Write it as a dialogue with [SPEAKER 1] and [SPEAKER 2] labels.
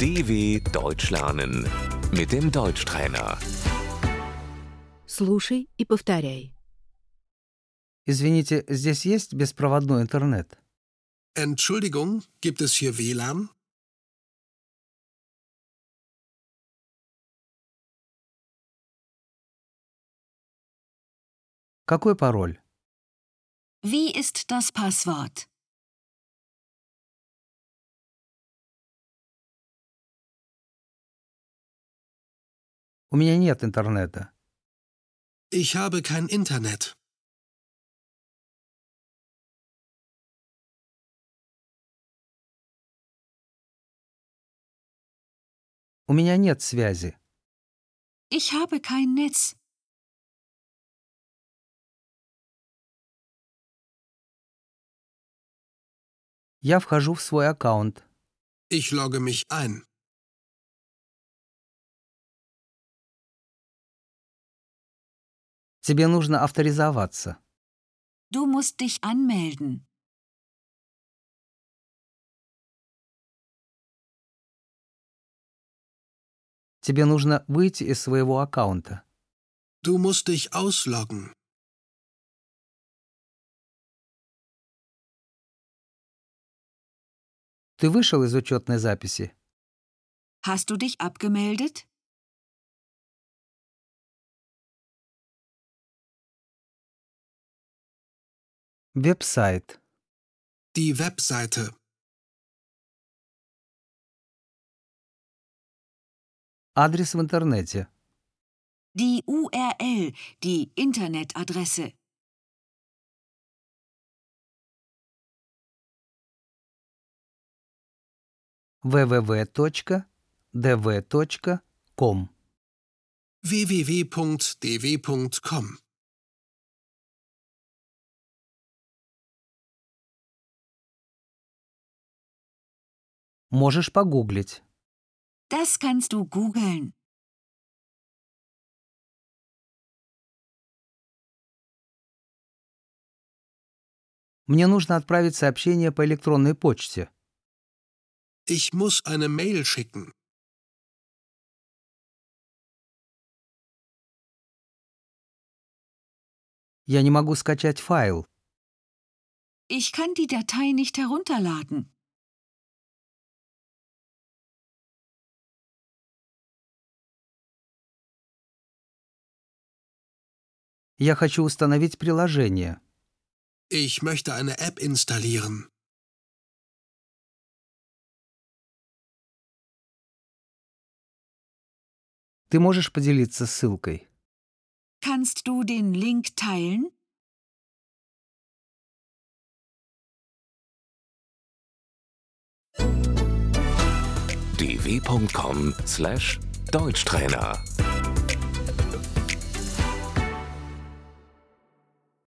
[SPEAKER 1] DW Deutsch lernen mit dem Deutschtrainer.
[SPEAKER 2] Слушай и повторяй.
[SPEAKER 3] Извините, здесь есть беспроводной интернет?
[SPEAKER 4] Entschuldigung, gibt es hier WLAN?
[SPEAKER 3] Какой пароль?
[SPEAKER 5] Wie ist das Passwort?
[SPEAKER 3] У меня нет интернета.
[SPEAKER 4] Ich habe kein Internet.
[SPEAKER 3] У меня нет связи.
[SPEAKER 5] Ich habe kein Netz.
[SPEAKER 3] Я вхожу в свой аккаунт.
[SPEAKER 4] Ich logge mich ein.
[SPEAKER 3] Тебе нужно авторизоваться.
[SPEAKER 5] Du musst dich anmelden.
[SPEAKER 3] Тебе нужно выйти из своего аккаунта.
[SPEAKER 4] Du musst dich ausloggen.
[SPEAKER 3] Ты вышел из учетной записи?
[SPEAKER 5] Hast du dich abgemeldet?
[SPEAKER 3] Веб-сайт.
[SPEAKER 4] Die Webseite.
[SPEAKER 3] Адрес в интернете.
[SPEAKER 5] Die URL, die Internetadresse.
[SPEAKER 3] www.dv.com.
[SPEAKER 4] www.dw.com.
[SPEAKER 3] Можешь погуглить.
[SPEAKER 5] Das kannst du googeln.
[SPEAKER 3] Мне нужно отправить сообщение по электронной почте.
[SPEAKER 4] Ich muss eine Mail schicken.
[SPEAKER 3] Я не могу скачать файл.
[SPEAKER 5] Ich kann die Datei nicht herunterladen.
[SPEAKER 3] Я хочу установить приложение.
[SPEAKER 4] Ich möchte eine App installieren.
[SPEAKER 3] Ты можешь поделиться ссылкой?
[SPEAKER 5] Kannst du den Link teilen?
[SPEAKER 1] dw.com/deutschtrainer